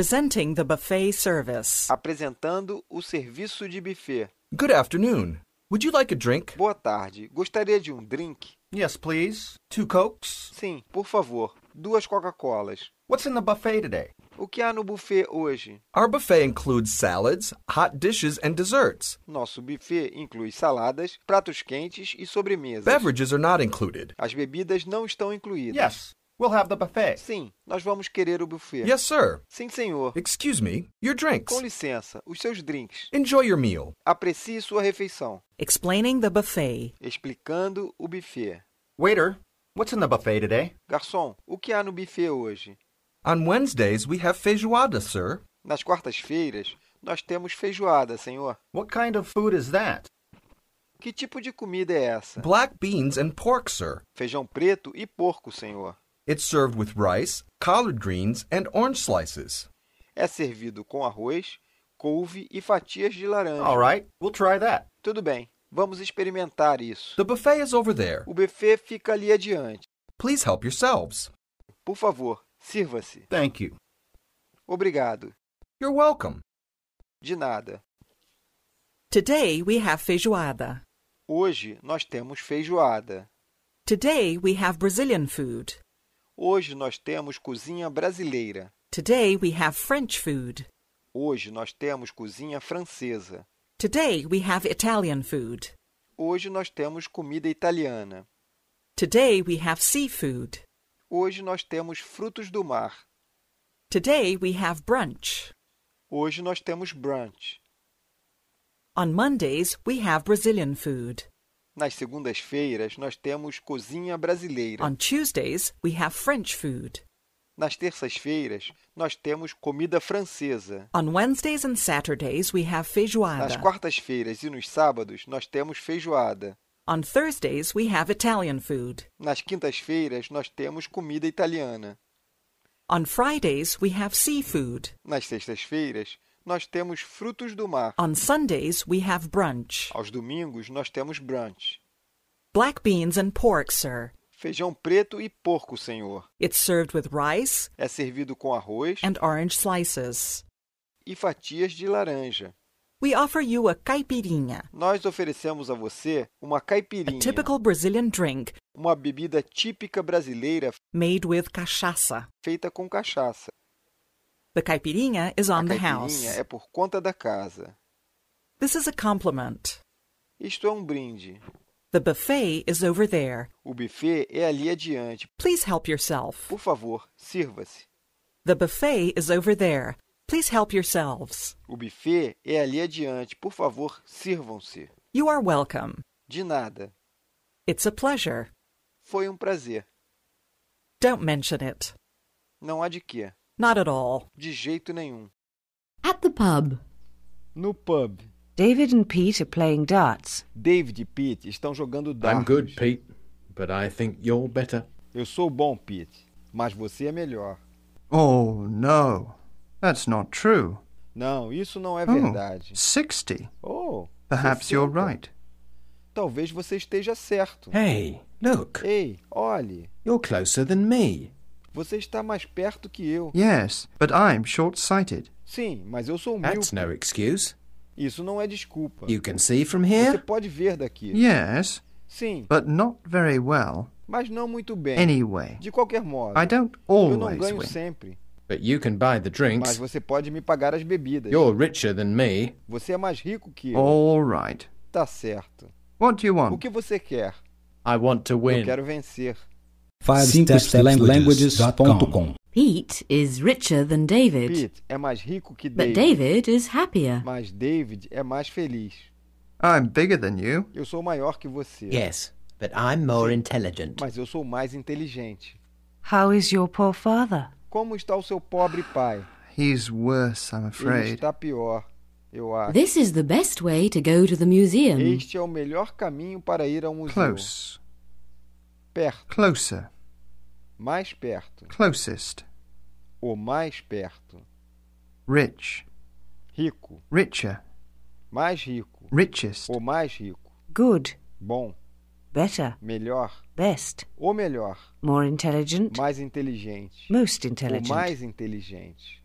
Presenting the buffet service. apresentando o serviço de buffet. Good afternoon. Would you like a drink? Boa tarde, gostaria de um drink? Yes, please. Two Cokes. Sim, por favor, duas Coca-Colas. What's in the buffet today? O que há no buffet hoje? Our buffet includes salads, hot dishes, and desserts. Nosso buffet inclui saladas, pratos quentes e sobremesas. Beverages are not included. As bebidas não estão incluídas. Yes, we'll have the buffet. Sim, nós vamos querer o buffet. Yes, sir. Sim, senhor. Excuse me. Your Com drinks. licença, os seus drinks. Enjoy your meal. Aprecie sua refeição. Explaining the buffet. Explicando o buffet. Waiter, what's in the buffet today? Garçom, o que há no buffet hoje? On Wednesdays, we have feijoada, sir. Nas quartas-feiras, nós temos feijoada, senhor. What kind of food is that? Que tipo de comida é essa? Black beans and pork, sir. Feijão preto e porco, senhor. It's served with rice, collard greens, and orange slices. É servido com arroz, couve e fatias de laranja. All right, we'll try that. Tudo bem, vamos experimentar isso. The buffet is over there. O buffet fica ali adiante. Please help yourselves. Por favor, sirva-se. Thank you. Obrigado. You're welcome. De nada. Today we have feijoada. Hoje nós temos feijoada. Today we have Brazilian food. Hoje nós temos cozinha brasileira. Today we have French food. Hoje nós temos cozinha francesa. Today we have Italian food. Hoje nós temos comida italiana. Today we have seafood. Hoje nós temos frutos do mar. Today we have brunch. Hoje nós temos brunch. On Mondays we have Brazilian food. Nas segundas-feiras nós temos cozinha brasileira. On Tuesdays we have French food. Nas terças-feiras, nós temos comida francesa. On Wednesdays and Saturdays we have Nas feijoada. quartas-feiras e nos sábados, nós temos feijoada. On Thursdays we have Italian food. Nas quintas-feiras, nós temos comida italiana. On Fridays we have seafood. Nas sextas-feiras, nós temos frutos do mar. On Sundays we have brunch. Aos domingos, nós temos brunch. Black beans and pork, sir. Feijão preto e porco, senhor. It's served with rice É servido com arroz and orange slices. e fatias de laranja. We offer you a caipirinha, Nós oferecemos a você uma a caipirinha, É typical Brazilian drink uma bebida típica brasileira made with cachaça. feita com cachaça. The caipirinha is A on the house. caipirinha é por conta da casa. This is a compliment. Isto é um brinde. The buffet is over there. O buffet é ali adiante. Please help yourself. Por favor, sirva-se. The buffet is over there. Please help yourselves. O buffet é ali adiante. Por favor, sirvam-se. You are welcome. De nada. It's a pleasure. Foi um prazer. Don't mention it. Não há de quê. Not at all. De jeito nenhum. At the pub, No pub, David and Pete are playing darts. David e Pete estão jogando dardos. I'm good, Pete, but I think you're better. Eu sou bom, Pete. Mas você é melhor. Oh, no. That's not true. Não, isso não é Oh, verdade. 60. Oh, Perhaps you're 60. right. Talvez você esteja certo. Hey, look, Ei, olhe. you're closer than me. Você está mais perto que eu. Yes, but I'm short sighted. Sim, mas eu sou míope. That's no excuse. Isso não é desculpa. You can see from Você here. pode ver daqui. Yes, Sim, but not very well. mas não muito bem. Anyway, De qualquer modo, I don't eu não always ganho win. sempre. But you can buy the Mas drinks. você pode me pagar as bebidas. You're richer than me. Você é mais rico que eu. All right. Tá certo. What do you O want? que você quer? I want to Eu win. quero vencer. Languages.com Pete is richer than David, Pete é mais rico que but David. David is happier. Mas David é mais feliz. I'm bigger than you. Eu sou maior que você. É. Yes, but I'm more intelligent. Mas eu sou mais inteligente. How is your poor father? Como está o seu pobre pai? He's worse, I'm Ele afraid. está pior, eu acho. This is the best way to go to the museum. Este é o melhor caminho para ir ao museu. Close. Perto, Closer. mais perto. Closest. O mais perto. Rich. Rico, Richer. mais rico. Richest. O mais rico. Good, Bom, better, melhor. best, O melhor. more intelligent, Mais inteligente. most O intelligent. mais inteligente.